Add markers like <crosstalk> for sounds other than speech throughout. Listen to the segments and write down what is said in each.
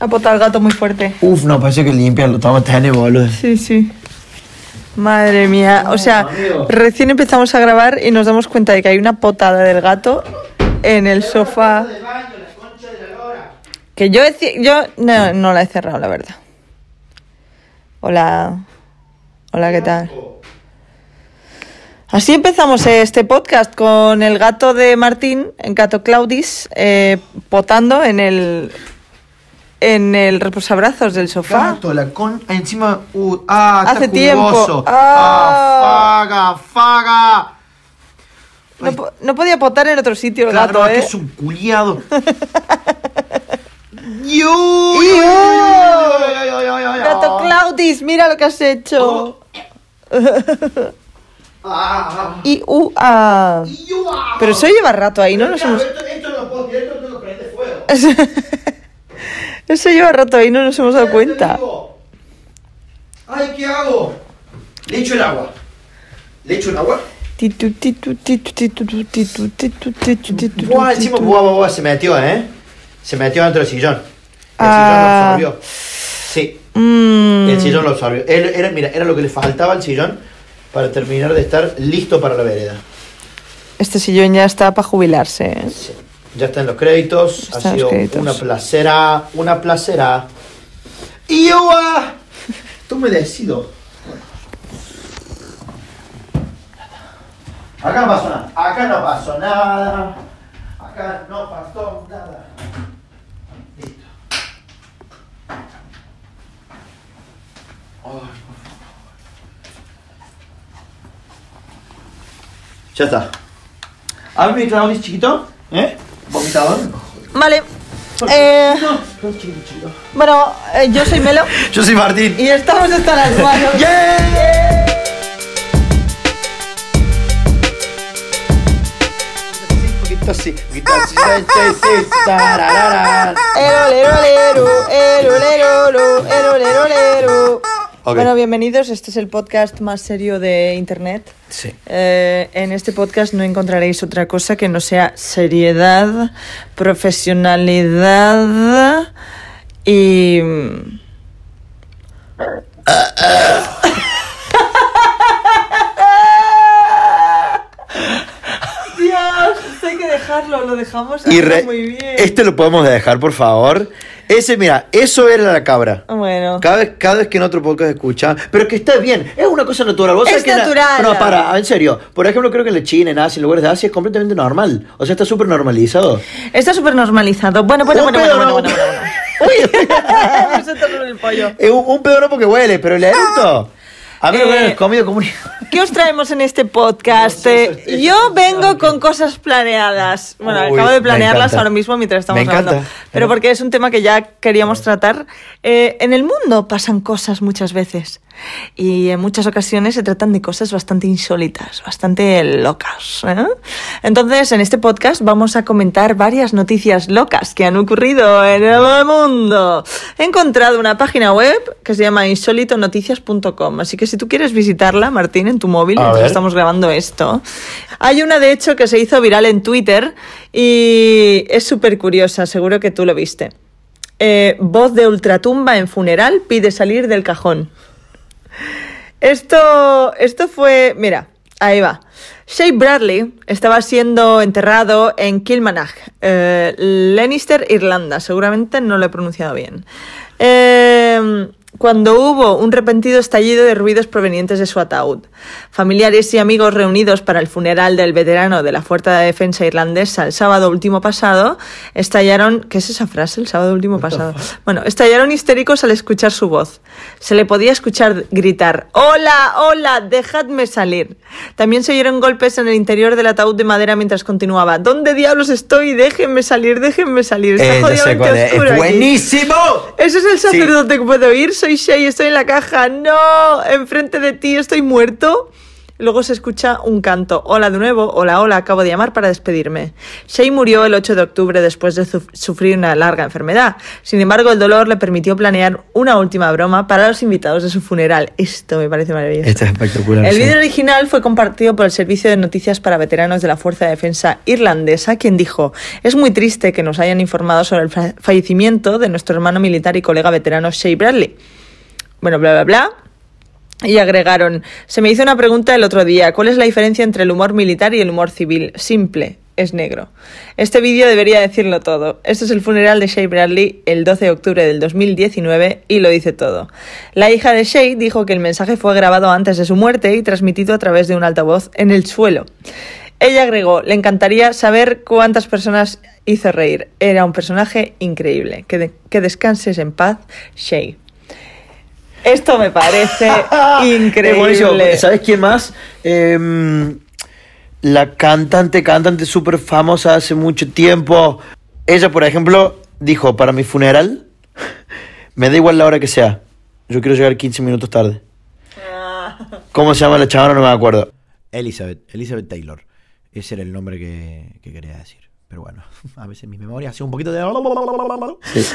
Ha botado el gato muy fuerte. Uf, no, parece que limpia, lo estamos teniendo, boludo. Sí, sí. Madre mía, o sea, recién empezamos a grabar y nos damos cuenta de que hay una potada del gato en el sofá. Que yo he ci- yo no, no la he cerrado, la verdad. Hola. Hola, ¿qué tal? Así empezamos este podcast con el gato de Martín, el gato Claudis, eh, potando en el en el reposabrazos del sofá. Gato, la con. ah, Encima. Uh, ah, está Hace tiempo. jugoso. Ah. Ah, faga, faga. No, po- no podía potar en otro sitio el Claro, gato, ¿eh? que es <laughs> un culiado. Yo. Iu. Gato Claudis, mira lo que has Oh. hecho. Ah, Y uh, ah. Pero eso lleva rato ahí, ¿no? Nos hemos- <laughs> Esto, esto no lo puedo tirar, esto no lo prende fuego. eso lleva rato ahí, no nos hemos dado cuenta. Ay, ¿qué hago? Le echo el agua. Le echo el agua. Titu, titu, titu, titu, titu, titu, titu, titu, Buah, encima titu. buah, buah, buah, se metió, ¿eh? Se metió dentro del sillón. El Ah. sillón lo absorbió. Sí, Mm, el sillón lo absorbió. Él- era, mira, era lo que le faltaba al sillón para terminar de estar listo para la vereda. este sillón ya está para jubilarse. ¿eh? Sí. Ya está en los créditos. Está ha en sido los créditos. una placera, una placera. Y yo, ah, tú me decido. Acá no pasó nada. Acá no pasó nada. Acá no pasó nada. Listo. Ay, por favor. Ya está. A ver, mi Claudio chiquito, ¿eh? Vomitador. Vale. Eh, Claudio chiquito, chiquito. bueno, eh, yo soy Melo Yo soy Martín. y estamos hasta <laughs> las manos. Un poquito así, un poquito así, sí, sí, sí, tararara. Erolero, erolero, erolero. Ok. Bueno, bienvenidos. Este es el podcast más serio de Internet. Sí. Eh, en este podcast no encontraréis otra cosa que no sea seriedad, profesionalidad y... Dios, hay que dejarlo, lo dejamos Y ahora re- muy bien. este lo podemos dejar, por favor. Ese, mira, eso era la cabra. Bueno. Cada vez, cada vez que en otro podcast escucha, pero que está bien, es una cosa natural. ¿Vos Es sabés que en la- natural. no, para, en serio. Por ejemplo, creo que en la China, en Asia, en lugares de Asia, es completamente normal. O sea, está súper normalizado. Está súper normalizado. Bueno, bueno, Un bueno, pedo bueno, bueno, no- bueno, bueno, <laughs> bueno. <laughs> Nosotros con el pollo. Eh, un, un pedo no porque huele, pero el eructo. A mí me Eh, huele el comido como un- ¿Qué os traemos en este podcast? No Eh, sé, eso es- Yo eso es- vengo con cosas planeadas. Bueno, Uy, acabo de me planearlas encanta. ahora mismo mientras estamos Me encanta. hablando. Pero porque es un tema que ya queríamos tratar. Eh, en el mundo pasan cosas muchas veces. Y en muchas ocasiones se tratan de cosas bastante insólitas, bastante locas. ¿eh? Entonces, en este podcast vamos a comentar varias noticias locas que han ocurrido en el mundo. He encontrado una página web que se llama insolitonoticias.com. Así que si tú quieres visitarla, Martín, en tu móvil, A mientras ver. estamos grabando esto. Hay una, de hecho, que se hizo viral en Twitter y es súper curiosa. Seguro que tú lo viste. Eh, voz de ultratumba en funeral pide salir del cajón. Esto, esto fue, mira, ahí va. Shay Bradley estaba siendo enterrado en Kilmanagh, eh, Lannister, Irlanda. Seguramente no lo he pronunciado bien. Eh, cuando hubo un repentido estallido de ruidos provenientes de su ataúd. Familiares y amigos reunidos para el funeral del veterano de la Fuerza de Defensa Irlandesa el sábado último pasado estallaron... ¿Qué es esa frase? El sábado último pasado. Bueno, estallaron histéricos al escuchar su voz. Se le podía escuchar gritar, ¡Hola, hola, dejadme salir! También se oyeron golpes en el interior del ataúd de madera mientras continuaba, ¿Dónde diablos estoy? Déjenme salir, déjenme salir. Está Eh, ya sé jodidamente cuál es. oscuro Es aquí". buenísimo. Ese es el Sí. sacerdote que puedo oír. Soy Shay, estoy en la caja. ¡No! Enfrente de ti estoy muerto. Luego se escucha un canto. Hola de nuevo, hola, hola, acabo de llamar para despedirme. Shea murió el 8 de octubre después de suf- sufrir una larga enfermedad. Sin embargo, el dolor le permitió planear una última broma para los invitados de su funeral. Esto me parece maravilloso. Esto es espectacular. El sí. vídeo original fue compartido por el Servicio de Noticias para Veteranos de la Fuerza de Defensa Irlandesa, quien dijo, es muy triste que nos hayan informado sobre el fa- fallecimiento de nuestro hermano militar y colega veterano Shea Bradley. Bueno, bla, bla, bla. Y agregaron, se me hizo una pregunta el otro día, ¿cuál es la diferencia entre el humor militar y el humor civil? Simple, es negro. Este vídeo debería decirlo todo. Este es el funeral de Shea Bradley el 12 de octubre del 2019 y lo dice todo. La hija de Shea dijo que el mensaje fue grabado antes de su muerte y transmitido a través de un altavoz en el suelo. Ella agregó, le encantaría saber cuántas personas hizo reír. Era un personaje increíble. Que, de- que descanses en paz, Shea. Esto me <laughs> parece Ah, Es buenísimo. increíble. ¿Sabes quién más? Eh, la cantante, cantante súper famosa hace mucho tiempo. Ella, por ejemplo, dijo, para mi funeral, me da igual la hora que sea. Yo quiero llegar 15 minutos tarde. Ah. ¿Cómo se llama la chavana? No me acuerdo. Elizabeth, Elizabeth Taylor. Ese era el nombre que, que quería decir. Pero bueno, <laughs> a veces mis memorias hacen un poquito de...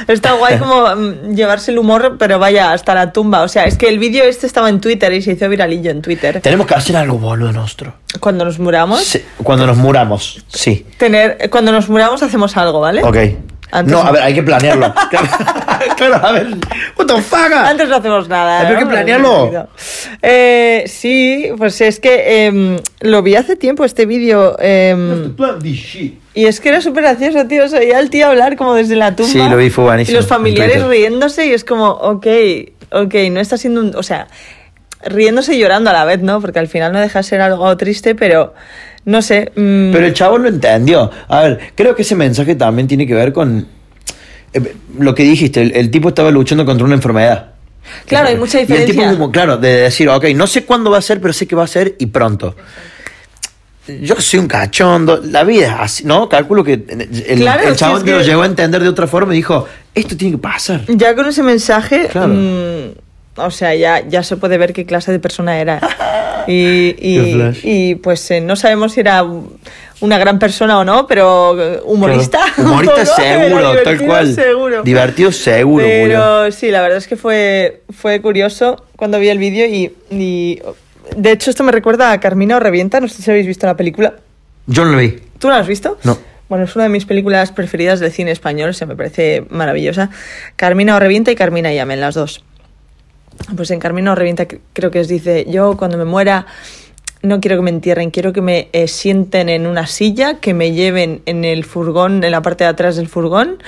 Está guay como mm, llevarse el humor, pero vaya, hasta la tumba. O sea, es que el vídeo este estaba en Twitter y se hizo viralillo en Twitter. Tenemos que hacer algo, boludo, nuestro. Cuando nos muramos, Sí, cuando nos muramos. Sí. tener, eh, cuando nos muramos hacemos algo, ¿vale? Ok. Antes no, no. a ver, hay <laughs> que planearlo. claro, <laughs> a ver. What the fuck? Antes no hacemos nada. Había ¿no? Ah. que planearlo. No. Eh, sí, pues es que em, lo vi hace tiempo este vídeo. em, y es que era súper gracioso, tío. Se veía al tío hablar como desde la tumba. Sí, lo vi, fue buenísimo, Y los en familiares Twitter. riéndose y es como, ok, ok, no está siendo un. O sea, riéndose y llorando a la vez, ¿no? Porque al final no deja de ser algo triste, pero no sé. mm, Pero el chavo lo entendió. A ver, creo que ese mensaje también tiene que ver con eh, lo que dijiste. El, el tipo estaba luchando contra una enfermedad. Claro, hay mucha Y el tipo, diferencia. como, claro, de decir, ok, no sé cuándo va a ser, pero sé que va a ser y pronto. Yo soy un cachondo, la vida es así, ¿no? Calculo que el, el Claro, si chabón es que- lo llegó a entender de otra forma y dijo, esto tiene que pasar. Ya con ese mensaje, Claro. mm, o sea, ya, ya se puede ver qué clase de persona <laughs> era. Y, y- Qué flash. y, pues eh, no sabemos si era un- una gran persona o no, pero eh, humorista. <laughs> ¿no? Humorista Era seguro, tal divertido, cual. Seguro. Divertido seguro, boludo. Pero sí, la verdad es que fue, fue curioso cuando vi el vídeo y, y, De hecho, esto me recuerda a Carmina o Revienta, no sé si habéis visto la película. Yo no lo vi. ¿Tú la has visto? No. Bueno, es una de mis películas preferidas del cine español, o sea, me parece maravillosa. Carmina o Revienta y Carmina Llamen, las dos. Pues en Carmina o Revienta cre- creo que es, dice, yo cuando me muera no quiero que me entierren, quiero que me eh, sienten en una silla, que me lleven en el furgón, en la parte de atrás del furgón,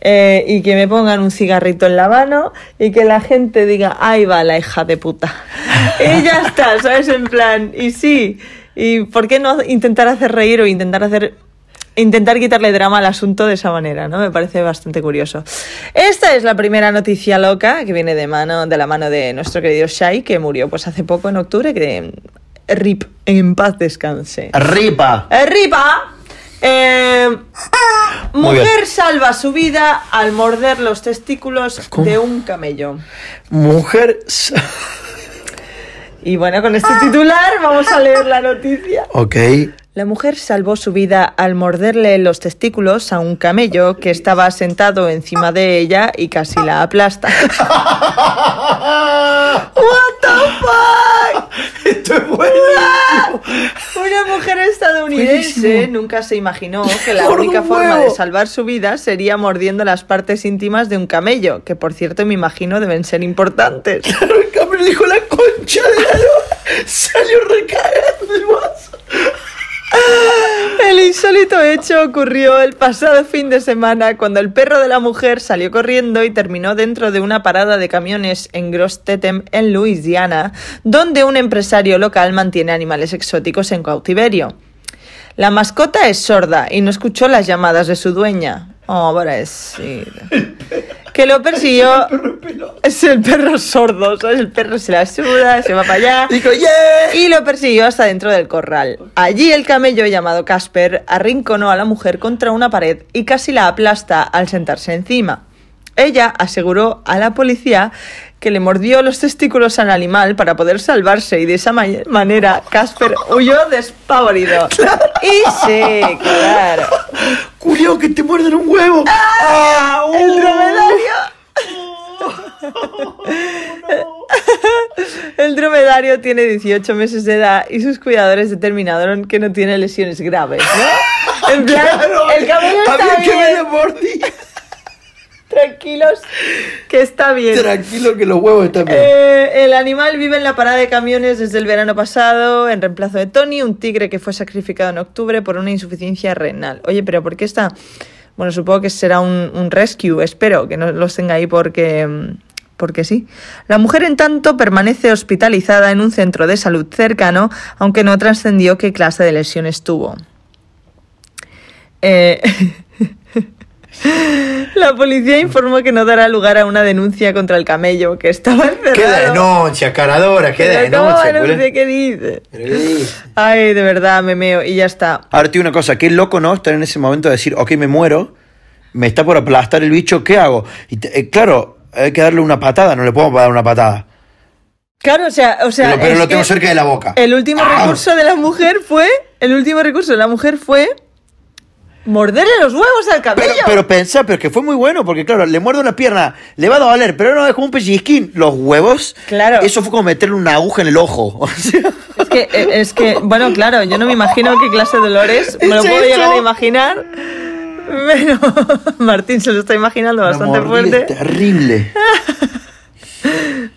eh, y que me pongan un cigarrito en la mano y que la gente diga, ahí va la hija de puta. y ya está, ¿sabes? En plan, y sí, y ¿por qué no intentar hacer reír o intentar hacer... Intentar quitarle drama al asunto de esa manera, ¿no? Me parece bastante curioso. Esta es la primera noticia loca que viene de mano, de la mano de nuestro querido Shai, que murió pues hace poco en octubre, que Rip, en paz descanse. Ah. Ripa. Eh, Ripa. eh, Muy bien. mujer salva su vida al morder los testículos de un camello. Mujer. s- <laughs> Y bueno, con este titular vamos a leer la noticia. Ok. La mujer salvó su vida al morderle los testículos a un camello que estaba sentado encima de ella y casi la aplasta. <laughs> What the fuck? Esto es buenísimo. Una mujer estadounidense Buenísimo. nunca se imaginó que la Por un única forma huevo. de salvar su vida sería mordiendo las partes íntimas de un camello, que por cierto me imagino deben ser importantes. El cabrón dijo la concha de la lora. Salió recagando el vaso. El insólito hecho ocurrió el pasado fin de semana cuando el perro de la mujer salió corriendo y terminó dentro de una parada de camiones en Gross Tetem, en Luisiana, donde un empresario local mantiene animales exóticos en cautiverio. La mascota es sorda y no escuchó las llamadas de su dueña. Oh, pobrecita. Que lo persiguió. Es el perro sordo, ¿sabes? El perro se la suda, se va para allá. Dijo, yeah. Y lo persiguió hasta dentro del corral. Allí el camello llamado Casper arrinconó a la mujer contra una pared y casi la aplasta al sentarse encima. Ella aseguró a la policía que le mordió los testículos al animal para poder salvarse y de esa ma- manera Casper huyó despavorido. Y sí, claro. Curio, que te muerden un huevo. ¡Ah! ¡Uh! El dromedario. <laughs> El dromedario tiene 18 meses de edad y sus cuidadores determinaron que no tiene lesiones graves, ¿no? En plan, Ah, Claro, el cabello está había que me bien, haya mordido. tranquilos, que está bien. Tranquilo que los huevos están bien. Eh, el animal vive en la parada de camiones desde el verano pasado, en reemplazo de Tony, un tigre que fue sacrificado en octubre por una insuficiencia renal. Oye, pero ¿por qué está? Bueno, supongo que será un, un rescue, espero que no los tenga ahí porque, mm, porque sí. La mujer, en tanto, permanece hospitalizada en un centro de salud cercano, aunque no trascendió qué clase de lesiones tuvo. Eh, <laughs> La policía informó que no dará lugar a una denuncia contra el camello que estaba encerrado. Qué denuncia, caradora, qué Pero ¿cómo denuncia. denuncia? culé. ¿Qué dice? Pero qué dice. Ay, de verdad, me meo y ya está. Ahora te digo una cosa, qué loco, ¿no? Estar en ese momento de decir, ok, me muero, me está por aplastar el bicho, ¿qué hago? Y te- eh, claro, hay que darle una patada, no le podemos dar una patada. Claro, o sea, o sea, pero pero es lo tengo que cerca de la boca. El último ¡Ah! recurso de la mujer fue, el último recurso de la mujer fue morderle los huevos al Pero, camello. pero pensá, pero es que fue muy bueno, porque claro, le muerdo una pierna, le va a doler, pero no es como un pellizquín. Los huevos, Claro. eso fue como meterle una aguja en el ojo. <laughs> O sea, Es que, eh, es que, bueno, claro, yo no me imagino qué clase de dolores, me lo <laughs> ¿Es puedo eso? llegar a imaginar. Pero <laughs> Martín se lo está imaginando bastante una mordida fuerte. Terrible.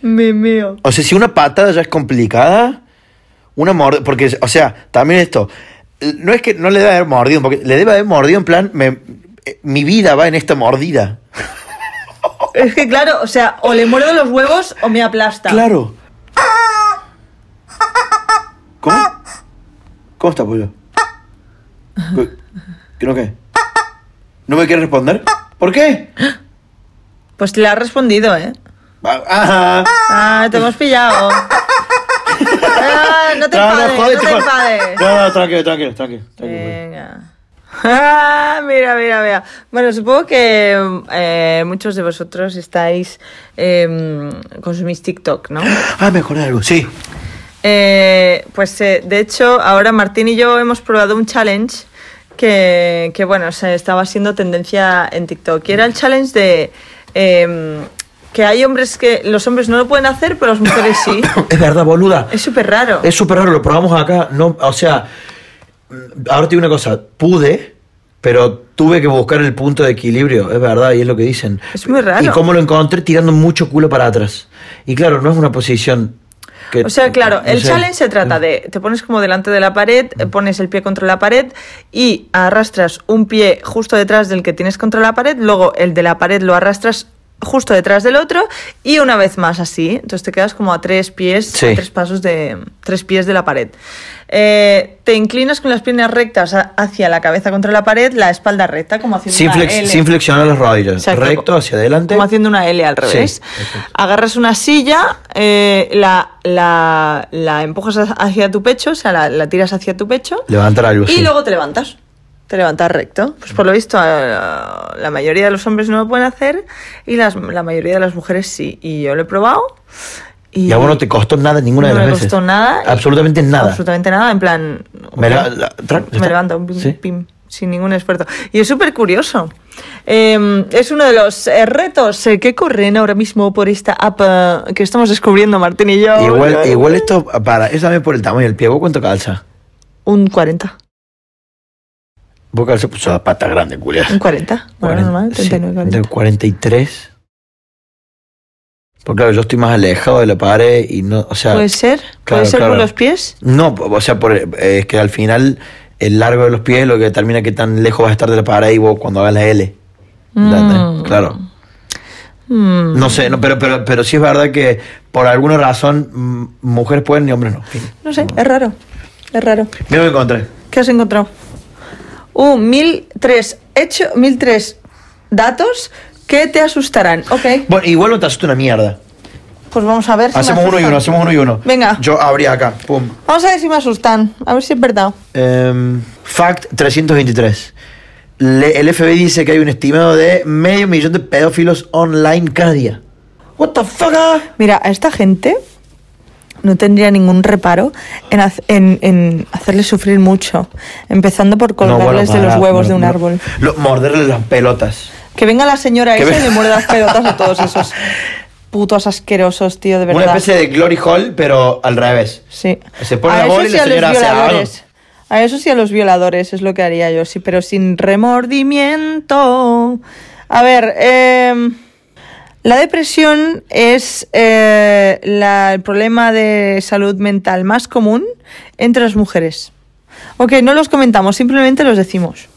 Me meo. O sea, si una patada ya es complicada, una mordida. Porque, o sea, también esto. No es que no le debe haber mordido, porque le debe haber mordido en plan. me- eh, mi vida va en esta mordida. Es que claro, o sea, o le muerdo los huevos o me aplasta. Claro. ¿Cómo? ¿Cómo está, pollo? ¿Qué- ¿Qué no qué? ¿No me quieres responder? ¿Por qué? Pues le has respondido, ¿eh? Ah, Ajá. Ah, te hemos <laughs> pillado. Ah, no te enfades, no, jodete, te jodete. enfades. Eh. No, no, tranquilo, tranquilo, tranquilo. tranquilo. Venga. Ah, mira, mira, mira. Bueno, supongo que eh, muchos de vosotros estáis, eh, consumís TikTok, ¿no? Ah, me acordé de algo, sí. Eh, pues eh, de hecho, ahora Martín y yo hemos probado un challenge que, que, bueno, se estaba haciendo tendencia en TikTok. Y era el challenge de em, que hay hombres que los hombres no lo pueden hacer, pero las mujeres <laughs> sí. Es verdad, boluda. Es súper raro. Es súper raro, lo probamos acá. No, o sea, mm, ahora te digo una cosa, pude, pero tuve que buscar el punto de equilibrio, es verdad, y es lo que dicen. Es muy raro. Y cómo lo encontré tirando mucho culo para atrás. Y claro, no es una posición que... O sea, claro, no el sé. challenge se trata de, te pones como delante de la pared, eh, pones el pie contra la pared y arrastras un pie justo detrás del que tienes contra la pared, luego el de la pared lo arrastras justo detrás del otro y una vez más así, entonces te quedas como a tres pies, Sí. a tres pasos de tres pies de la pared. Eh, te inclinas con las piernas rectas a- hacia la cabeza contra la pared, la espalda recta como haciendo Sin, una flex- L. sin flexionar las rodillas. Exacto. Recto hacia adelante. Como haciendo una L al Sí, revés. exacto. Agarras una silla, eh, la, la, la empujas hacia tu pecho, o sea, la, la tiras hacia tu pecho. Levantar algo. Y sí. luego te levantas. Te levantas recto. Pues por lo visto, a- a- la mayoría de los hombres no lo pueden hacer y las, la mayoría de las mujeres sí. Y yo lo he probado. Y a vos no te costó nada ninguna no de las me veces. costó nada. y- Absolutamente nada. Absolutamente nada, en plan. Me la- la- tra- ya me está. levanto, pim, Sí. pim, sin ningún esfuerzo. Y es súper curioso. Eh, es uno de los eh, retos eh, que corren ahora mismo por esta app eh, que estamos descubriendo Martín y yo. Igual, igual esto, para, eso también por el tamaño del pie. ¿Vos cuánto calza? Un 40. Vos calza, pues, una pata grande, culiar. Un 40. Bueno, normal, 39, 40. 43. Porque claro, yo estoy más alejado de la pared y no, o sea, Puede ser. Claro, Puede ser claro. con los pies. no, o sea, por- eh, es que al final el largo de los pies es lo que determina qué tan lejos vas a estar de la pared y vos cuando hagas la L. ¿entendés? Mm. Claro. Mm. No sé, no, pero, pero, pero sí es verdad que por alguna razón mm, mujeres pueden y hombres no. Fin. No sé, es raro. Es raro. Mira lo que encontré. ¿Qué has encontrado? Uh, 1003 hecho, 1003 datos que te asustarán. Ok, Bueno, igual no te asusta una mierda. pues vamos a ver. si me Hacemos uno y asustan. uno, hacemos uno y uno. Venga. Yo abría acá, pum. Vamos a ver si me asustan, a ver si es verdad. Em, fact 323. le- el FBI dice que hay un estimado de medio millón de pedófilos online cada día. What the fuck? ah? Mira, a esta gente no tendría ningún reparo en, haz- en, en hacerles sufrir mucho, empezando por No, bueno, colgarles de los para, huevos no, de un no. árbol. Lo- morderle las pelotas. Que venga la señora Que esa y le ve- muerde las pelotas <laughs> a todos esos putos asquerosos, tío, de verdad. Una especie de glory hall, pero al revés. Sí. Se pone a la esos bola y y la a los señora hace violadores. A eso sí a los violadores es lo que haría yo, sí, pero sin remordimiento. A ver, eh, la depresión es eh, la- el problema de salud mental más común entre las mujeres. Ok, no los comentamos, simplemente los decimos.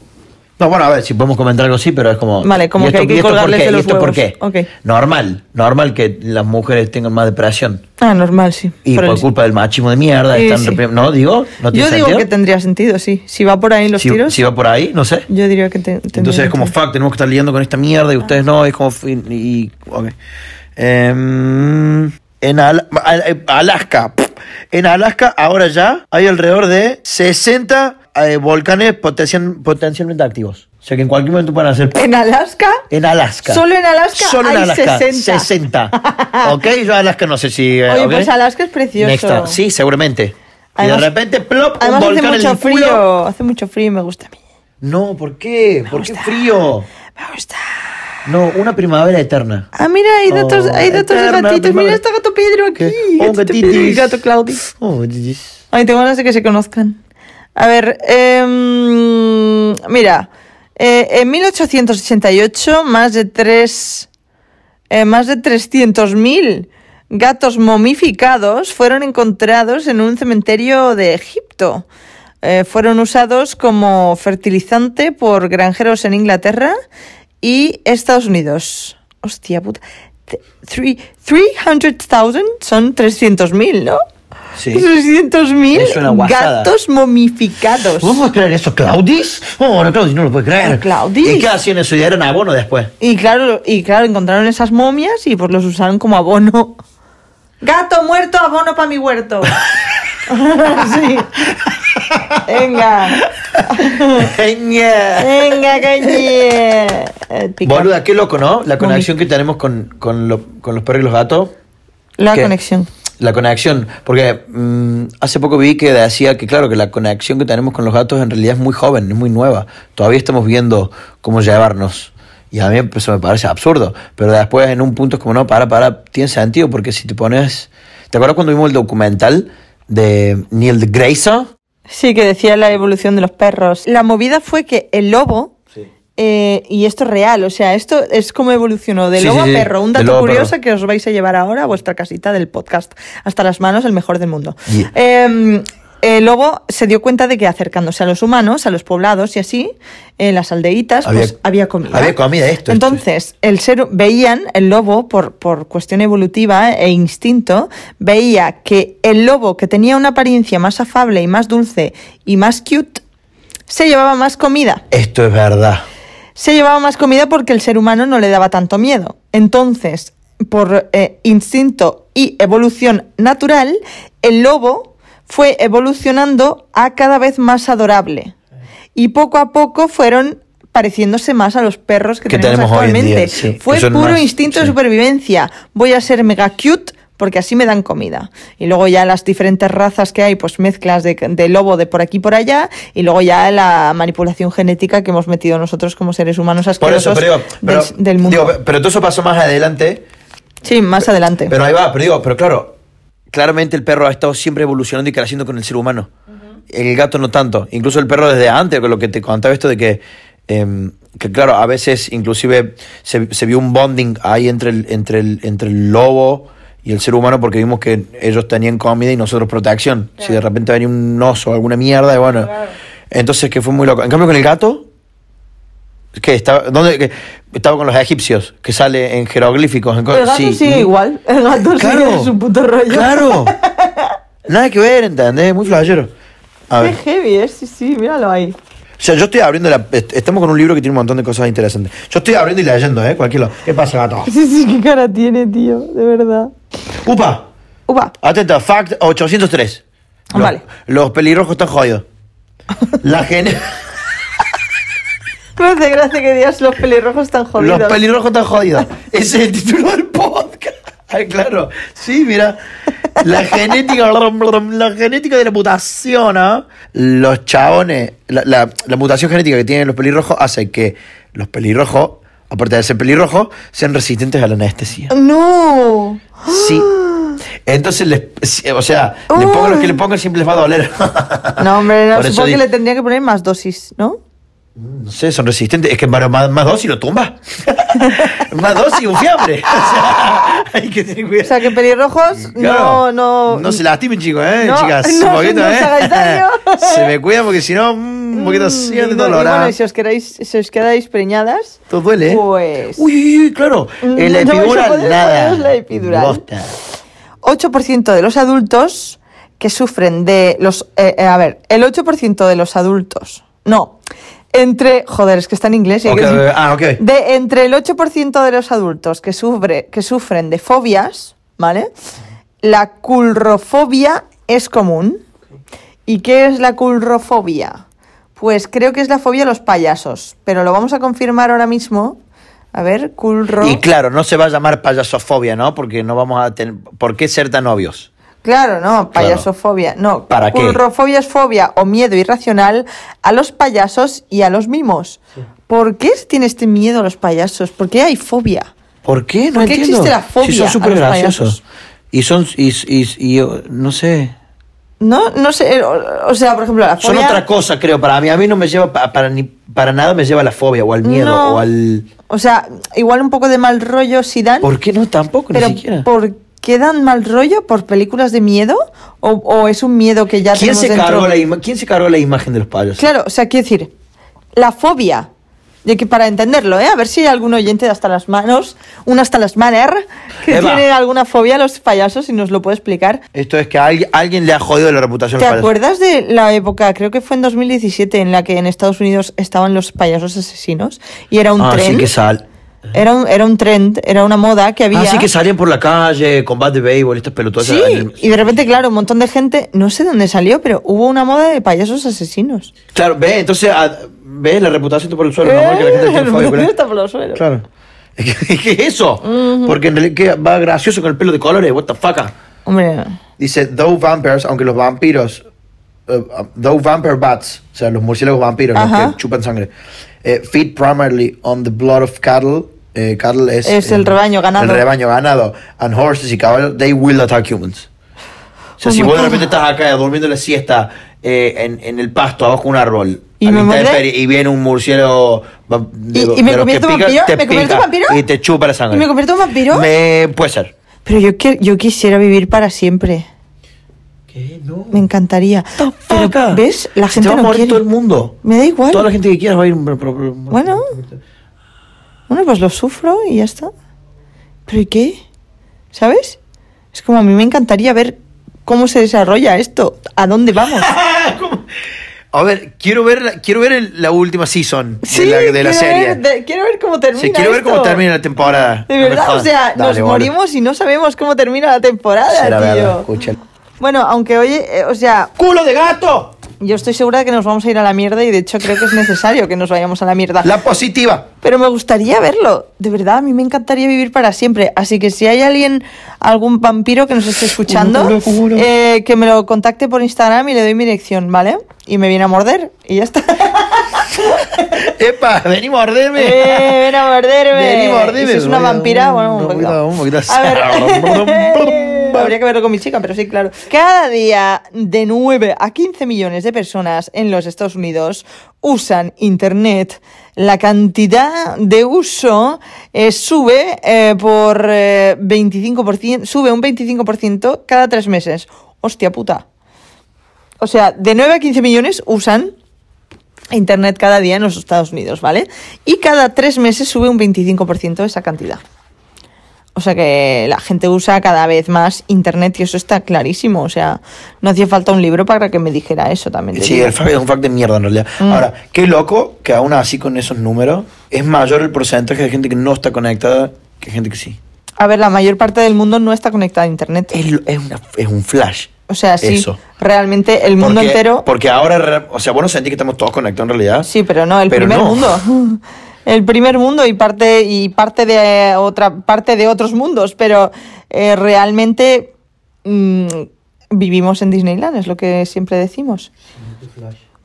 No, bueno, a ver, si podemos comentar algo así, pero es como... Vale, como ¿y que hay que ¿y por colgarles qué? de ¿Y los esto por qué? huevos. Ok. Normal, normal que las mujeres tengan más depresión. Ah, normal, sí. Y Pero por el- culpa del machismo de mierda, Sí, están sí. reprim- No, digo, no yo tiene digo sentido. que tendría sentido, sí. Si va por ahí los si, tiros, si va por ahí, no sé. yo diría que te- tendría Entonces es como, sentido. fuck, tenemos que estar lidiando con esta mierda y ustedes no, es como... Y, y- ok. Em, en Al- Al- eh, Alaska, pff, en Alaska ahora ya hay alrededor de 60 eh, volcanes potencial- potencialmente activos. O sea que en cualquier momento pueden hacer... En Alaska. En Alaska. Solo en Alaska Solo en hay Alaska. 60. <laughs> 60. ok, yo Alaska no sé si. eh, Oye, ok. pues Alaska es precioso. Next time. Sí, seguramente. Además- y de repente, plop, un Además hace volcán en mucho el culo. frío, hace mucho frío y me gusta a mí. No, ¿por qué? ¿Por qué gusta. frío? Me gusta. No, una primavera eterna. Ah, mira, hay datos, Oh, hay datos de eterna gatitos. primavera. Mira, está gato Pedro aquí. ¿Qué? Oh, gato Pedro y gatitis. gato Claudio. Oh, gis. Ay, tengo ganas de que se conozcan. A ver, em, mira, eh, en 1888 más de tres, eh, más de 300.000 gatos momificados fueron encontrados en un cementerio de Egipto. Eh, fueron usados como fertilizante por granjeros en Inglaterra y Estados Unidos. Hostia puta. Th- three- 300.000 son 300.000, ¿no? Sí. 300.000 Es una guasada. gatos momificados. ¿Vos podés creer eso, Claudis? Oh, no, Claudis no lo puede creer. Ah, Claudis. ¿Y qué hacían en su diario en abono <laughs> después? Y claro, y claro, encontraron esas momias y pues los usaron como abono. Gato muerto, abono para mi huerto. <laughs> sí. Venga. Genial. Venga, cañe. Eh, pica. Boluda, qué loco, ¿no? La Momi- conexión que tenemos con, con, lo- con los perros y los gatos. La ¿Qué? conexión. La conexión, porque mm, hace poco vi que decía que claro, que la conexión que tenemos con los gatos en realidad es muy joven, es muy nueva. Todavía estamos viendo cómo llevarnos. Y a mí pues, eso me parece absurdo. Pero después en un punto es como, no, para, para, tiene sentido, porque si te pones... ¿Te acuerdas cuando vimos el documental de Neil deGrasse? Sí, que decía la evolución de los perros. La movida fue que el lobo, eh, y esto es real, o sea, esto es como evolucionó de Sí, lobo sí, sí, a perro. Un de dato lobo a curioso perro. que os vais a llevar ahora a vuestra casita del podcast. Hasta las manos, el mejor del mundo. Yeah. Eh, el lobo se dio cuenta de que acercándose a los humanos, a los poblados y así, en las aldeitas, Había- pues había comida. había comida, esto, Entonces, el ser veían el lobo por, por cuestión evolutiva e instinto, veía que el lobo que tenía una apariencia más afable y más dulce y más cute se llevaba más comida. Esto es verdad. Se llevaba más comida porque el ser humano no le daba tanto miedo. Entonces, por eh, instinto y evolución natural, el lobo fue evolucionando a cada vez más adorable. Y poco a poco fueron pareciéndose más a los perros que Que tenemos, tenemos hoy en actualmente. día, sí, que Fue son puro más- instinto de sí. supervivencia. Voy a ser mega cute porque así me dan comida. Y luego ya las diferentes razas que hay, pues mezclas de, de lobo de por aquí y por allá. Y luego ya la manipulación genética que hemos metido nosotros como seres humanos Por asquerosos eso, pero, digo, pero- del, del mundo. digo, pero todo eso pasó más adelante. sí, más adelante. Pero ahí va, pero digo, pero claro, claramente el perro ha estado siempre evolucionando y creciendo con el ser humano. El gato no tanto. Incluso el perro desde antes, con lo que te contaba esto de que, em, que claro, a veces inclusive se, se vio un bonding ahí entre el, entre, el, entre el lobo y el ser humano porque vimos que ellos tenían comida y nosotros protección. Si de repente venía un oso o alguna mierda, y bueno. Entonces que fue muy loco. En cambio con el gato, que estaba, ¿dónde, que estaba con los egipcios, que sale en jeroglíficos. En co- el gato sí. Mm. sigue igual. El gato sigue en su puto rollo. <laughs> Claro. Nada que ver, ¿entendés? Muy flashero. A Qué ver. heavy es, sí, sí, míralo ahí. <laughs> O sea, yo estoy abriendo la. est- Estamos con un libro que tiene un montón de cosas interesantes. Yo estoy abriendo y leyendo, ¿eh? Cualquier lado. ¿Qué pasa, gato? Sí, sí, qué cara tiene, tío, de verdad. Upa. Upa. Atenta, fact 803. Los- Vale. <laughs> Los pelirrojos están jodidos. La gene. Me hace gracia que digas los pelirrojos están jodidos. Los pelirrojos están jodidos. <laughs> Ese es el título del podcast. <laughs> Ah, claro. Sí, mira. La genética, brum, brum, la genética de la mutación, ¿ah? Los chabones, la, la- la mutación genética que tienen los pelirrojos hace que los pelirrojos, aparte de ser pelirrojos, sean resistentes a la anestesia. <laughs> No. Sí. Entonces, les, o sea, le pongan los que le pongan siempre les va a doler. No, hombre, no, <laughs> Por eso supongo que di- le tendría que poner más dosis, ¿no? No sé, son resistentes. Es que más, más, más dosis <laughs> lo tumba. más dosis, un fiambre. O sea, hay que tener O cuidado. sea, que pelirrojos <laughs> no, Claro, no... No se lastimen, chicos, ¿eh? No, Chicas, no, un poquito, no os ¿eh? hagáis daño. <laughs> se me cuida porque si no, mm, un poquito Mm, así, y de no- y dolor. ¿ah? bueno, y si os, quedáis, si os quedáis preñadas... Todo duele, ¿eh? Pues- Uy, uy, uy, claro. Mm, El no vais a epidural, poder nada. poneros la epidural. Bosta. 8% de los adultos que sufren de los... eh, eh, a ver, el 8% de los adultos... No, entre... Joder, es que está en inglés. y hay Ok, que decir- ah, ok. De entre el 8% de los adultos que, sufre, que sufren de fobias, ¿vale? La culrofobia es común. ¿Y qué es la culrofobia? Pues creo que es la fobia a los payasos, pero lo vamos a confirmar ahora mismo. A ver, culro... Y claro, no se va a llamar payasofobia, ¿no? Porque no vamos a tener. ¿Por qué ser tan obvios? Claro, no, payasofobia. No, ¿Para qué? culrofobia es fobia o miedo irracional a los payasos y a los mimos. ¿Por qué se tiene este miedo a los payasos? ¿Por qué hay fobia? ¿Por qué? No ¿Por qué entiendo. existe la Si fobia son a súper los graciosos. payasos? Y son. Y, y, y, oh, no sé. No, no sé, eh, o, o sea, por ejemplo, la Son fobia... otra cosa, creo. Para mí, a mí no me lleva. pa- para, ni, para nada me lleva a la fobia o al miedo No. o al. O sea, igual un poco de mal rollo si dan, ¿Por qué no? Tampoco, pero ni siquiera. ¿por qué dan mal rollo? ¿Por películas de miedo? ¿O, o es un miedo que ya ¿Quién tenemos se, dentro? cargó la ima- ¿Quién se cargó la imagen de los payasos? Claro, o sea, quiero decir, la fobia, de que para entenderlo, ¿eh? a ver si hay algún oyente de hasta las manos, un hasta las maner, que Eva. tiene alguna fobia a los payasos y nos lo puede explicar. Esto es que a alguien, alguien le ha jodido la reputación ¿Te a los payasos. acuerdas de la época, creo que fue en 2017, en la que en Estados Unidos estaban los payasos asesinos y era un Ah, tren? sí que sal. Era un, era un trend, era una moda que había. Ah, sí que pues, salían por la calle, combate de béisbol, estas pelotas. Sí, y de repente, claro, un montón de gente, no sé dónde salió, pero hubo una moda de payasos asesinos. Claro, ve, entonces, ah, ve la reputación está por el Eh, suelo, mi amor, que la <laughs> gente El tiene fobia. mundo con él. está por los suelos. Claro. <laughs> ¿Qué es eso? Porque en realidad que va gracioso con el pelo de colores, what the fuck. ah. Hombre, Dice, though vampires, aunque los vampiros, eh, though vampire bats, o sea, los murciélagos vampiros, los Ajá. que chupan sangre, eh, feed primarily on the blood of cattle. eh, cattle es, Es el rebaño ganado. El rebaño ganado. And horses y caballos, they will attack humans. O sea, Oh si my vos de God. repente estás acá durmiendo la siesta eh, en, en el pasto, abajo de un árbol, Y a la me muerde. intemperie, y viene un murciélago vam- de- Y- y me de los que convierto en pica, vampiro, te me convierto en pica vampiro. Y te chupa la sangre. ¿Y me convierto en vampiro? Me- puede ser. pero yo, qui- yo quisiera vivir para siempre. ¿Qué? No. Me encantaría. Pero, Faca. ¿Ves? La Se gente te va no a morir quiere. todo el mundo. Me da igual. Toda la gente que quieras va a ir. Bueno. Bueno, pues lo sufro y ya está. ¿Pero y qué? ¿Sabes? Es como a mí me encantaría ver cómo se desarrolla esto, a dónde <laughs> vamos. A ver, quiero ver, la- quiero ver el- la última season Sí, de la, de la quiero serie. ver- de- quiero ver cómo termina. Sí, quiero ver cómo esto. termina la temporada. De No me verdad, o jodas. sea, Dale, nos boludo. morimos y no sabemos cómo termina la temporada, Será tío. verdad, escucha. Bueno, aunque oye, eh, o sea, ¡Culo de gato! yo estoy segura de que nos vamos a ir a la mierda y de hecho creo que es necesario que nos vayamos a la mierda. La positiva. Pero me gustaría verlo, de verdad, a mí me encantaría vivir para siempre. Así que si hay alguien, algún vampiro que nos esté escuchando, Hola, hola, hola. eh, que me lo contacte por Instagram y le doy mi dirección, ¿vale? Y me viene a morder y ya está. ¡Epa! ¡Vení a morderme! Eh, ven a morderme. Vení, mordeme. Y Si es una vampira, bueno, un Un poquito. poquito, un poquito. A <laughs> ver. <laughs> Habría que verlo con mi chica, pero sí, claro. Cada día, de 9 a 15 millones de personas en los Estados Unidos usan Internet. La cantidad de uso eh, sube eh, por eh, 25%, sube un 25% cada tres meses. Hostia puta. O sea, de 9 a 15 millones usan Internet cada día en los Estados Unidos, ¿vale? Y cada tres meses sube un 25% de esa cantidad. O sea que la gente usa cada vez más Internet y eso está clarísimo. O sea, no hacía falta un libro para que me dijera eso también. te Sí, digo. el fact es un fact de mierda en realidad. Mm. Ahora, qué loco que aún así con esos números es mayor el porcentaje de gente que no está conectada que gente que sí. A ver, la mayor parte del mundo no está conectada a Internet. Es, lo- es una- es un flash. O sea, sí, Eso. realmente el mundo Porque- entero... Porque ahora, re- o sea, vos no sentís que estamos todos conectados en realidad. Sí, pero no, el Pero primer no. <laughs> mundo. El primer mundo y parte, y parte de eh, otra, parte de otros mundos, pero eh, realmente mm, vivimos en Disneyland, es lo que siempre decimos.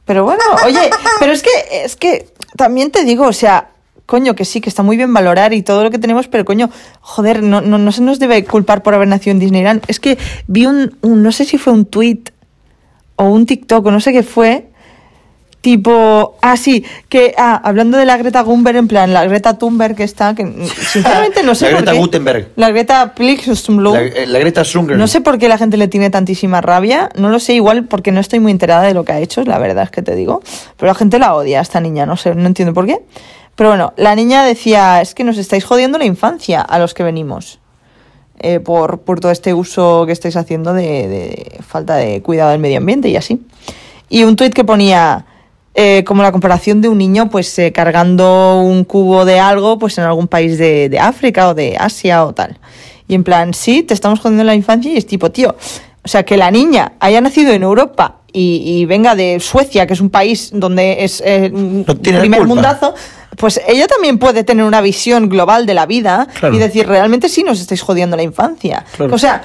Pero bueno, oye, pero es que, es que también te digo, o sea, coño, que sí, que está muy bien valorar y todo lo que tenemos, pero coño, joder, no, no, no se nos debe culpar por haber nacido en Disneyland. Es que vi un, un- no sé si fue un tweet o un TikTok o no sé qué fue, Tipo, ah, sí, que, ah, hablando de la Greta Gumbel, en plan, la Greta Thunberg que está, que <laughs> sinceramente no sé La por Greta qué. Gutenberg. La Greta Plixustumblum. La, eh, la Greta Thunberg. No sé por qué la gente le tiene tantísima rabia, no lo sé, igual porque no estoy muy enterada de lo que ha hecho, la verdad es que te digo, pero la gente la odia a esta niña, no sé, no entiendo por qué. Pero bueno, la niña decía, es que nos estáis jodiendo la infancia a los que venimos eh, por, por todo este uso que estáis haciendo de, de falta de cuidado del medio ambiente y así. Y un tuit que ponía eh, como la comparación de un niño pues eh, cargando un cubo de algo pues en algún país de, de África o de Asia o tal. Y en plan, sí, te estamos jodiendo la infancia y es tipo, tío, o sea, que la niña haya nacido en Europa y, y venga de Suecia, que es un país donde es eh, un No tiene la primer culpa. mundazo, pues ella también puede tener una visión global de la vida Claro. y decir, realmente sí nos estáis jodiendo la infancia. Claro. O sea,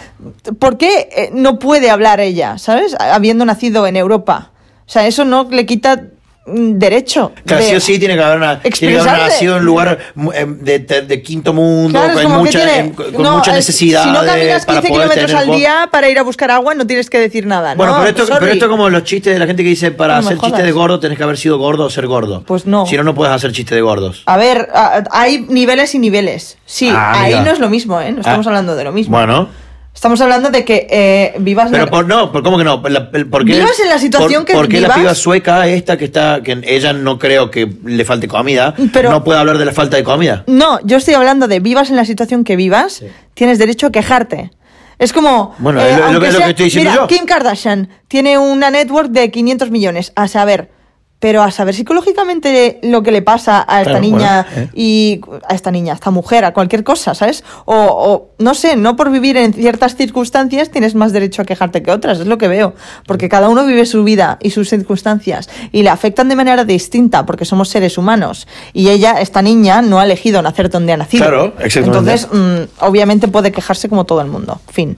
¿por qué eh, no puede hablar ella, ¿sabes? Habiendo nacido en Europa. O sea, eso no le quita mm, derecho. Claro, de- sí o sí tiene que haber, una, tiene que haber Expresarse. nacido en un lugar mu- em, de, de- de quinto mundo, Claro, es con, como que mucha, tiene- em, con no, mucha es- necesidad. Si no de- caminas para 15 poder kilómetros tener al voz. día para ir a buscar agua, no tienes que decir nada. Bueno, Ah, No, pero, esto, sorry. pero esto es como los chistes de la gente que dice para No me hacer jodas. chiste de gordo tenés que haber sido gordo o ser gordo. Pues no. Ah, Si no, no puedes hacer chiste de gordos. A ver, a- hay niveles y niveles. Sí, Ah, ahí mira. no es lo mismo, ¿eh? No estamos Ah. hablando de lo mismo. Bueno, Estamos hablando de que eh, vivas... pero la- por, no, por, ¿cómo que no? La- el- ¿Por qué, Vivas en la situación por- que ¿Por qué vivas? la piba sueca esta que está, que ella no creo que le falte comida, Pero- no puede hablar de la falta de comida? No, yo estoy hablando de vivas en la situación que vivas, tienes derecho a quejarte. Es como. eh, Bueno, es lo- es lo aunque que- es lo sea- que estoy diciendo mira, yo. Kim Kardashian tiene una network de 500 millones, a saber. Pero a saber psicológicamente lo que le pasa a esta Claro, niña bueno, eh. y a esta niña, a esta mujer, a cualquier cosa, ¿sabes? O, o, no sé, no por vivir en ciertas circunstancias tienes más derecho a quejarte que otras, es lo que veo. Porque cada uno vive su vida y sus circunstancias y le afectan de manera distinta porque somos seres humanos. Y ella, esta niña, no ha elegido nacer donde ha nacido. Claro, exactamente. Entonces, mm, obviamente puede quejarse como todo el mundo. Fin.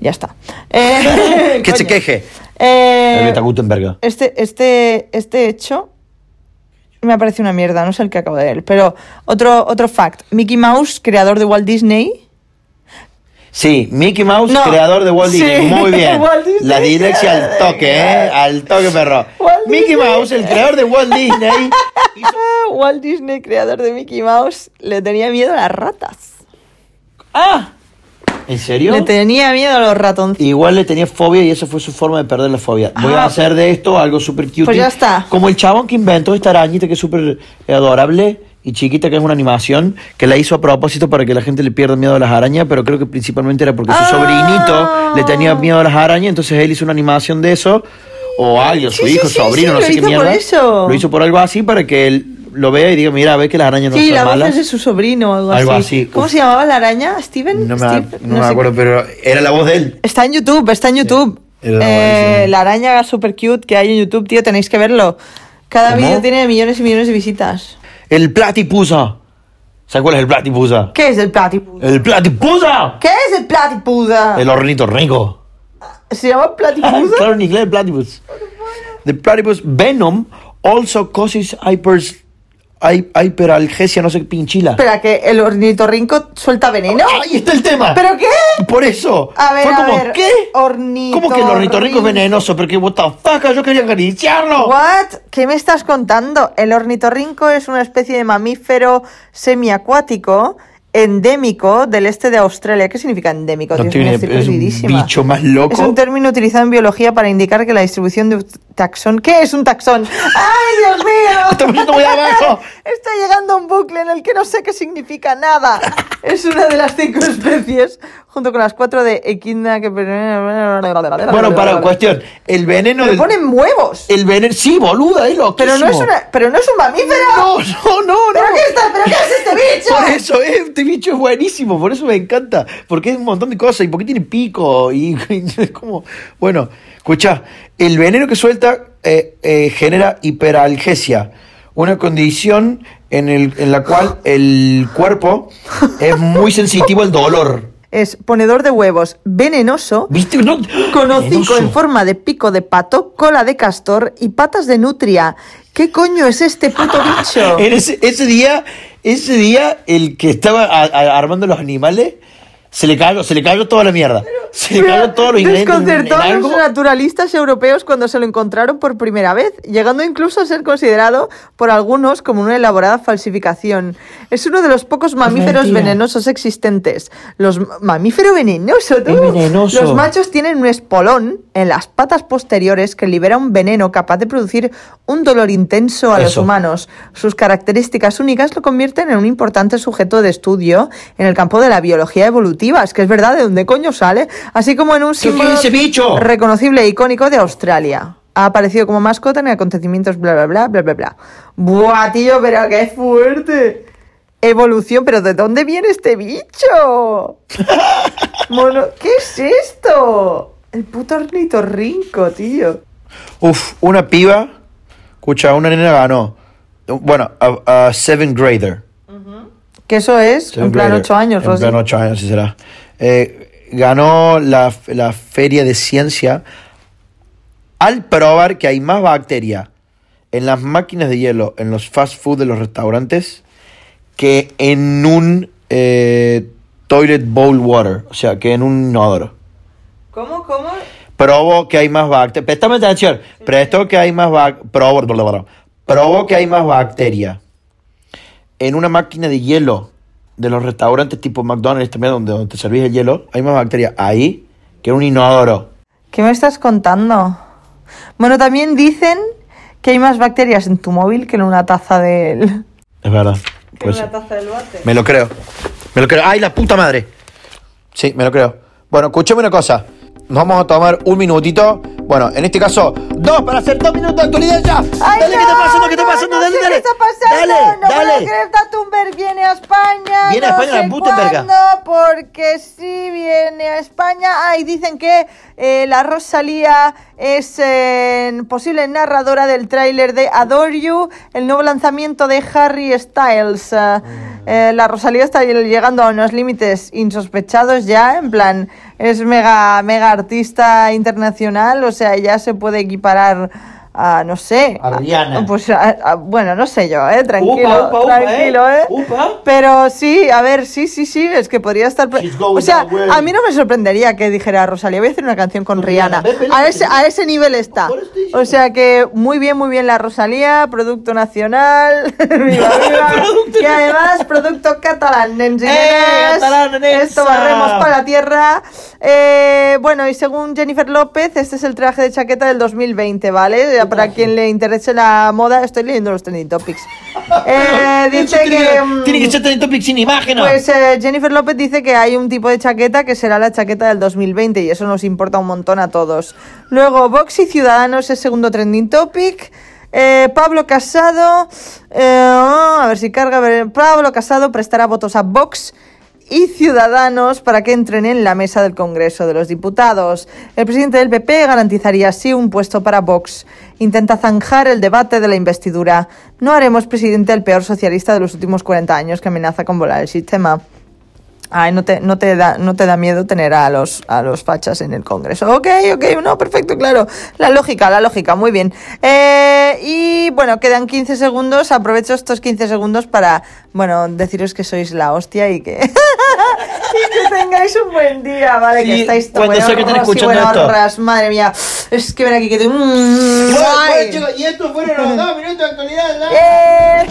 Ya está. Eh, <laughs> Que se coño. queje. Eh, La Greta Gutenberg. este, este, este hecho me parece una mierda, no sé el que acabo de leer. Pero otro, otro fact: Mickey Mouse, creador de Walt Disney. Sí, Mickey Mouse, No. creador de Walt Sí. Disney. Muy <laughs> bien. Walt Disney. La dislexia <laughs> al toque, ¿eh? Al toque, perro. Walt Mickey Disney. Mouse, el creador de Walt <laughs> Disney. Ah, Walt Disney, creador de Mickey Mouse, le tenía miedo a las ratas. ¡Ah! ¿En serio? Le tenía miedo a los ratoncitos. Igual le tenía fobia y esa fue su forma de perder la fobia. Voy Ah. a hacer de esto algo súper cute. Pues ya está. Como el chabón que inventó esta arañita que es súper adorable y chiquita, que es una animación, que la hizo a propósito para que la gente le pierda miedo a las arañas, pero creo que principalmente era porque su Ah. sobrinito le tenía miedo a las arañas, entonces él hizo una animación de eso, o alguien, su Sí, hijo, sí, sí, sobrino, sí, no lo sé qué hizo por mierda. eso. Lo hizo por algo así para que él lo vea y diga, mira, ve que las arañas no Sí, son la voz malas. es de su sobrino o algo, Algo así, ¿Cómo uf. se llamaba la araña? ¿Steven? No me, Steve- no no me sé acuerdo, pero era la voz de él. Está en YouTube, está en YouTube. era Eh, buenísimo. la araña super cute que hay en YouTube, tío, tenéis que verlo. Cada ¿Cómo? vídeo tiene millones y millones de visitas. El platipusa. ¿Sabes cuál es el platipusa? ¿Qué es el platipuda? ¡El platipusa! ¿Qué es el platipuda? El hornito rico. ¿Se llama <laughs> platipuda? claro, en inglés, el platypus. The platypus venom also causes hypers, hy- hyperalgesia, no sé qué pinchila. Espera, que el ornitorrinco suelta <laughs> veneno. ¡Ahí está el tema! ¿Pero qué? Por eso. A ver, Fue a como, ver, ¿qué? ¿Cómo que el hornito rico es ornitorrinco. venenoso? Pero que, what the fuck, yo quería acariciarlo. ¿What? ¿Qué me estás contando? El ornitorrinco es una especie de mamífero semiacuático endémico del este de Australia. ¿Qué significa endémico? No Dios tiene- mío, estoy es un perdidísima. bicho más loco. Es un término utilizado en biología para indicar que la distribución de, taxón. ¿Qué es un taxón? ¡Ay, Dios <laughs> mío! Está poniendo muy abajo. <laughs> Está llegando a un bucle en el que no sé qué significa nada. Es una de las cinco especies, junto con las cuatro de equina que... Bueno, Bueno, para cuestión. El veneno Pero del. ponen huevos. El veneno. Sí, boluda, es loquísimo. Pero no es, una, pero no es un mamífero. No, no, no, ¿Pero no. qué, está, ¿Pero qué es este bicho? Por eso, eh, este bicho es buenísimo, por eso me encanta. Porque es un montón de cosas y porque tiene pico y, <laughs> es como... Bueno, escucha, el veneno que suelta eh, eh, genera hiperalgesia, una condición en, el- en la cual el cuerpo es muy sensitivo al dolor. Es ponedor de huevos venenoso, ¿Viste? No, con hocico venenoso. en forma de pico de pato, cola de castor y patas de nutria. ¿Qué coño es este <laughs> puto bicho? En ese, ese día, ese día, el que estaba a- a- armando los animales, se le cayó, se le cayó toda la mierda. Se le cayó todos los ingredientes en- en Desconcertó a algo. los naturalistas europeos cuando se lo encontraron por primera vez, llegando incluso a ser considerado por algunos como una elaborada falsificación. Es uno de los pocos mamíferos mentira. venenosos existentes. Los mamífero venenoso, tú. Es venenoso. Los machos tienen un espolón en las patas posteriores que libera un veneno capaz de producir un dolor intenso a los Eso. humanos. Sus características únicas lo convierten en un importante sujeto de estudio en el campo de la biología evolutiva. Es que es verdad, ¿de dónde coño sale? Así como en un símbolo es ese bicho? reconocible e icónico de Australia. Ha aparecido como mascota en acontecimientos bla bla bla bla bla bla. Buah, tío, pero qué fuerte. Evolución, pero ¿de dónde viene este <laughs> bicho? Mono, ¿qué es esto? El puto ornitorrinco, tío. Uf, una piba, escucha, una nena ganó. Bueno, a, a seventh grader. Que eso es, Seventh en plan grader. 8 años, En Rosy. plan ocho años, sí será. Eh, ganó la, la feria de ciencia al probar que hay más bacteria en las máquinas de hielo, en los fast food de los restaurantes, que en un eh, toilet bowl water, o sea, que en un inodoro. ¿Cómo, cómo? Probo que hay más bacterias. Préstame atención. Presto que hay más bacterias. Probo, bla, bla, bla. Probo que hay más bacteria en una máquina de hielo de los restaurantes tipo McDonald's también, donde, donde te servís el hielo. Hay más bacteria ahí que en un inodoro. ¿Qué me estás contando? Bueno, también dicen que hay más bacterias en tu móvil que en una taza del... Es verdad. Puede ser. taza del bate. Me lo creo. Me lo creo. ¡Ay, la puta madre! Sí, me lo creo. Bueno, escúchame una cosa. Nos vamos a tomar un minutito. Bueno, en este caso, dos para hacer dos minutos de actualidad ya. ¡Ay, dale, no, ¿qué está pasando? ¿Qué está no, pasando? no dale, sé dale. ¿Qué está pasando? Dale, no dale. puedo creer, Tatumber viene a España. Viene a no España, sé la Gutenberga. cuándo, porque sí viene a España. Ay, dicen que eh, la Rosalía es eh, posible narradora del tráiler de Adore You, el nuevo lanzamiento de Harry Styles. Ah, Mm. eh, la Rosalía está llegando a unos límites insospechados ya, en plan, es mega, mega artista internacional, o sea, ya se puede equiparar a, no sé, A Rihanna. pues, a- a- bueno, no sé yo, ¿eh? Tranquilo, Upa, upa, upa, tranquilo, ¿eh? ¿eh? Upa. Pero sí, a ver, sí, sí, sí, es que podría estar... pre- She's going O sea, that way. Pues a mí no me sorprendería que dijera Rosalía, voy a hacer una canción con Rihanna. Ve, ve la A que ese, te- a ese nivel está. Por eso estoy diciendo. O sea que muy bien, muy bien la Rosalía, producto nacional, <laughs> viva, viva. <laughs> y además producto catalán, nens y ¡Eh, nenes. catalán, nensa! Esto barremos para la tierra. Eh, bueno, y según Jennifer López, este es el traje de chaqueta del 2020, ¿vale? Ya Para quien le interese la moda, estoy leyendo los trending <laughs> topics. Eh, dice Eso tiene, que... mm, Tiene que ser Trending Topic sin imágenes. pues eh, Jennifer López dice que hay un tipo de chaqueta que será la chaqueta del 2020 y eso nos importa un montón a todos. Luego, Vox y Ciudadanos es segundo trending topic. Eh, Pablo Casado, eh, a ver si carga, a ver, Pablo Casado prestará votos a Vox y Ciudadanos para que entren en la mesa del Congreso de los Diputados. El presidente del PP garantizaría así un puesto para Vox. Intenta zanjar el debate de la investidura. No haremos presidente al peor socialista de los últimos 40 años que amenaza con volar el sistema. Ay, no te, no te, da, no te da miedo tener a los, a los fachas en el Congreso. Ok, ok, no, perfecto, claro. La lógica, la lógica, muy bien. Eh, y bueno, quedan 15 segundos. Aprovecho estos 15 segundos para, bueno, deciros que sois la hostia y que, <laughs> y que tengáis un buen día, ¿vale? que Sí, estáis cuando sea que estén buenorras y escuchando esto. buenorras, Madre mía, es que ven aquí que te... Mm, Y bueno, Ay. chicos, y estos <laughs> fueron los dos minutos de actualidad. ¿no? ¡Eh!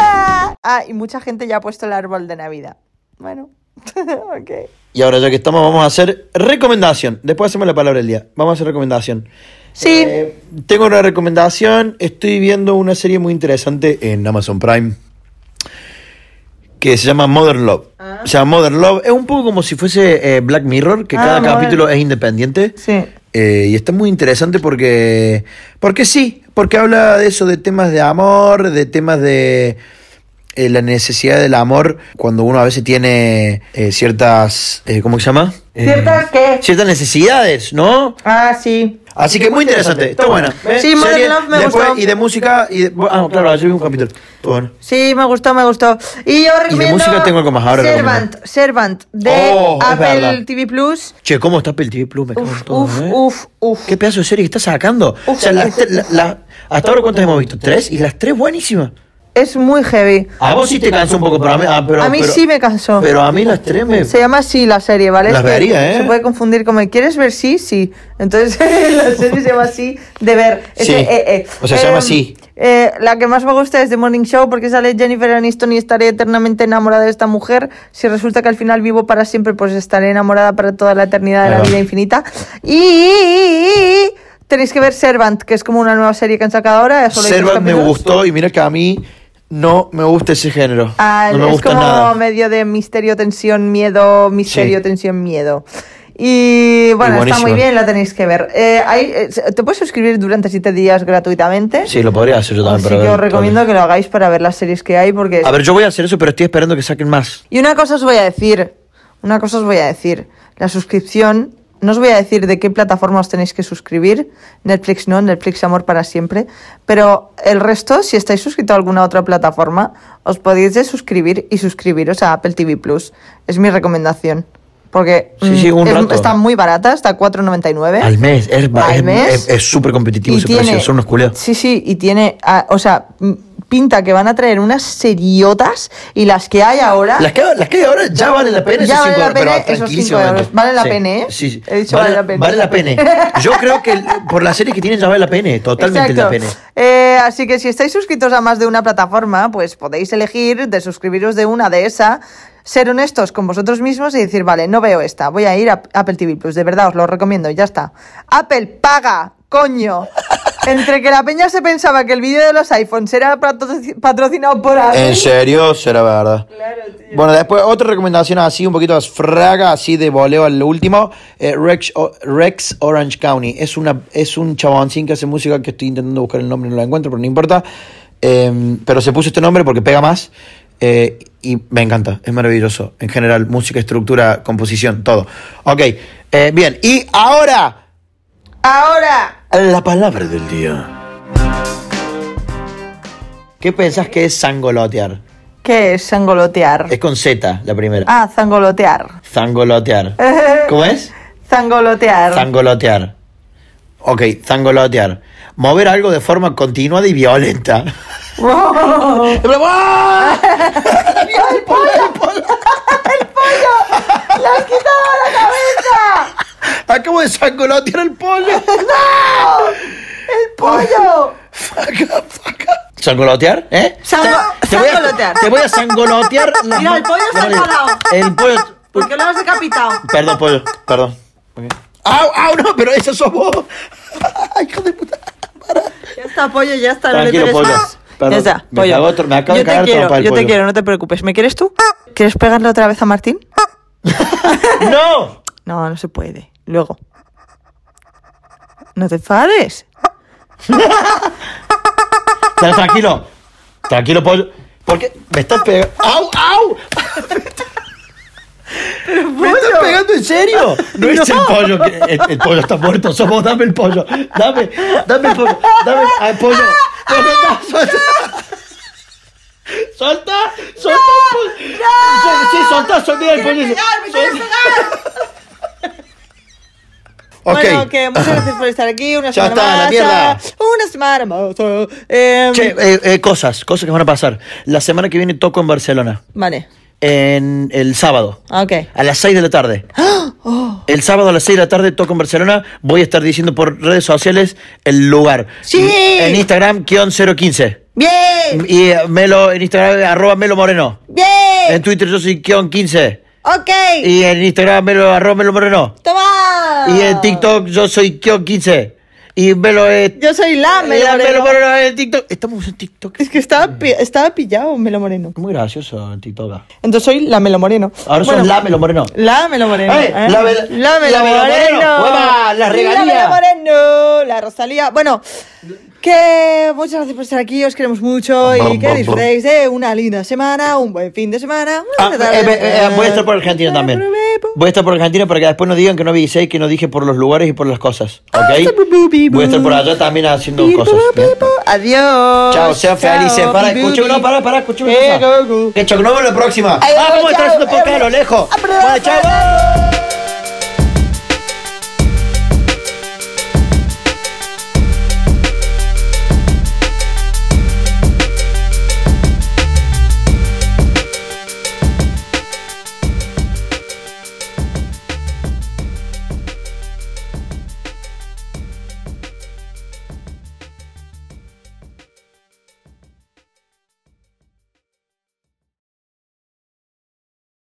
<laughs> ah, y mucha gente ya ha puesto el árbol de Navidad. Bueno, <laughs> ok. Y ahora ya que estamos, vamos a hacer recomendación. Después hacemos la palabra del día. Vamos a hacer recomendación. Sí. Eh, tengo una recomendación. Estoy viendo una serie muy interesante en Amazon Prime que se llama Modern Love. Ah. O sea, Modern Love es un poco como si fuese eh, Black Mirror, que Ah, cada Modern- capítulo es independiente. Sí. Eh, y está muy interesante porque. Porque sí, porque habla de eso, de temas de amor, de temas de. eh, la necesidad del amor cuando uno a veces tiene eh, ciertas. eh, ¿Cómo se llama? Eh, ¿Cierta que? ciertas necesidades, ¿no? Ah, sí. Así que muy interesante, está buena. Sí, Modern Serie, Love me después, gustó. Y de música. Y de- ah, claro, ayer vi un capítulo. Está bueno. Sí, me gustó, me gustó. Y yo recomiendo. música tengo algo más ahora que Servant, Servant, de Oh, es verdad. Apple TV Plus. Che, ¿cómo está Apple TV Plus? Me cago en Uf, todo, uf, ¿eh? uf, uf. ¿Qué pedazo de serie que está sacando? o sea, las te- la- la- hasta ahora cuántas hemos visto? Tres y las tres buenísimas. Es muy heavy. A vos sí te cansa un poco, pero a mí, ah, pero- A mí pero- sí me cansó. Pero a mí las tres me. Se llama así la serie, ¿vale? Las Es que vería, ¿eh? Se puede confundir como ¿quieres ver sí? Sí. Entonces <laughs> la serie se llama así de ver. Sí. O sea, se llama Em, Sí. eh, la que más me gusta es The Morning Show porque sale Jennifer Aniston y estaré eternamente enamorada de esta mujer. Si resulta que al final vivo para siempre, pues estaré enamorada para toda la eternidad de Ahí la va. vida infinita. Y tenéis que ver Servant, que es como una nueva serie que han sacado ahora. solo hay tres Servant me capítulos. gustó y mira que a mí no me gusta ese género. Ah, no me es gusta como nada. medio de misterio, tensión, miedo, misterio, Sí. tensión, miedo. Y bueno, está buenísima. muy bien, la tenéis que ver. Eh, hay- eh, te puedes suscribir durante siete días gratuitamente. Sí, lo podría hacer yo también. Así pero que a os ver, recomiendo también. que lo hagáis para ver las series que hay. Porque... A ver, yo voy a hacer eso, pero estoy esperando que saquen más. Y una cosa os voy a decir. Una cosa os voy a decir. La suscripción. No os voy a decir de qué plataforma os tenéis que suscribir. Netflix no, Netflix amor para siempre. Pero el resto, si estáis suscrito a alguna otra plataforma, os podéis de suscribir y suscribiros a Apple TV Plus. Es mi recomendación. Porque Sí, sí, un rato. está muy barata, está a 4,99. Al mes, es ba- Al es- mes. es- es súper competitivo Y ese precio, son unos culeados. Sí, sí, y tiene. ah, o sea, m- pinta que van a traer unas seriotas y las que hay ahora. Las que, las que hay ahora ya valen la pena ¿Ah? Ya esos vale 5 la pena euros. esos cinco euros. Vale la pena, ¿eh? Sí, sí. He dicho vale la pena. Vale <laughs> la pena. Yo creo que el- por las series que tienen ya vale la pena, totalmente Exacto. la pena. Eh, así que si estáis suscritos a más de una plataforma, pues podéis elegir de suscribiros de una de esa, ser honestos con vosotros mismos y decir, vale, no veo esta, voy a ir a Apple TV Plus, de verdad os lo recomiendo, ya está. Apple paga, coño. Entre que la peña se pensaba que el vídeo de los iPhones era patro- patrocinado por Apple. En serio, será verdad. Claro, tío. Bueno, después otra recomendación así, un poquito más fraga, así de voleo al último. eh, Rex, O- Rex Orange County. Es, una, es un chaboncín que hace música que estoy intentando buscar el nombre y no lo encuentro, pero no importa. Eh, pero se puso este nombre porque pega más. eh, y me encanta, es maravilloso. En general, música, estructura, composición, todo. Ok, eh, bien. Y ahora, Ahora, la palabra del día. ¿Qué pensás que es sangolotear? ¿qué es zangolotear? Es con Z la primera. Ah, Eh. zangolotear. Zangolotear. ¿Cómo es? <laughs> Zangolotear. Zangolotear. Ok, zangolotear. Mover algo de forma continuada y violenta. Oh. <laughs> En plan, ¡ah! ¡El pollo, el pollo! ¡Le has quitado la cabeza! Acabo de zangolotear <laughs> el pollo. ¡El pollo! Faca, faca. ¿Zangolotear? ¿Eh? Zango- te, te voy a, zangolotear. te voy a zangolotear. las Mira, el ma- pollo está Vale. parado. El pollo. Porque lo has decapitado. Perdón, pollo, perdón. ¡Au, au, Ah, no! Pero eso sos vos. <laughs> Ay, hijo de puta. Ya está, pollo, ya está. Tranquilo, no le pegues pollo. <laughs> más. Perdón, ya está, me pollo. cago tro- me acabo de yo te cagar quiero, trompa el yo te pollo. quiero, no te preocupes. ¿Me quieres tú? ¿Quieres pegarle otra vez a Martín? ¡No! No, no se puede. Luego. No te enfades. Tra- Tranquilo. Tranquilo, pollo. Porque me estás pegando. ¡Au, au! ¿Me estás pegando en serio? No, es el pollo, que el, el pollo está muerto, sos vos, dame el pollo, dame, dame el pollo, dame al pollo, pollo, no, suelta, suelta, suelta el pollo, sí, sí, suelta, suelta el pollo, suelta. <laughs> Ok, Bueno, que muchas gracias por estar aquí. Una <laughs> Ya semana está, la más. mierda. ah, Una semana más. ah, em, Che, eh, eh, cosas, cosas que van a pasar. La semana que viene toco en Barcelona, Vale. en el sábado. Ah, Ok. A las 6 de <gasps> la tarde. Oh. El sábado a las 6 de la tarde toco en Barcelona. Voy a estar diciendo por redes sociales el lugar. ¡Sí! Y En Instagram, guión 015. ¡Bien! Y eh, Melo, en Instagram, arroba Melo Moreno. En ¡Bien! Twitter yo soy guión 15. ¡Ok! Y en Instagram, Melo, arroba Melo Moreno. ¡Toma! Y en TikTok yo soy guión 15. Y me lo he... Yo soy la Eh, Melo me lo Moreno. ponen en TikTok. Estamos en TikTok. Es que estaba, pi- estaba pillado Melo Moreno. Muy gracioso en TikTok. ah. Entonces soy la Melo Moreno. Ahora sos la Melo Moreno. La Melo Moreno. ¡Eh! ¿eh? La Mel- la Melo Moreno. ¡Hueva! ¡La regalía! La Melo Moreno, la Rosalía. Bueno, que muchas gracias por estar aquí, os queremos mucho y que disfrutéis de una linda semana, un buen fin de semana. Ah, una eh, tarde. eh, eh, voy a estar por Argentina también. Voy a estar por Argentina para que después no digan que no avisé y que no dije por los lugares y por las cosas. ¿Ok? Voy a estar por allá también haciendo cosas. Adiós. Chao, sean felices. Para, escuchen, no, para, para, escuchen. Eh, go, go. Que chocnamos la próxima. Ay, Ah, vamos a estar chao, haciendo podcast a eh, lo lejos. aprende, Bueno, chao. aprende.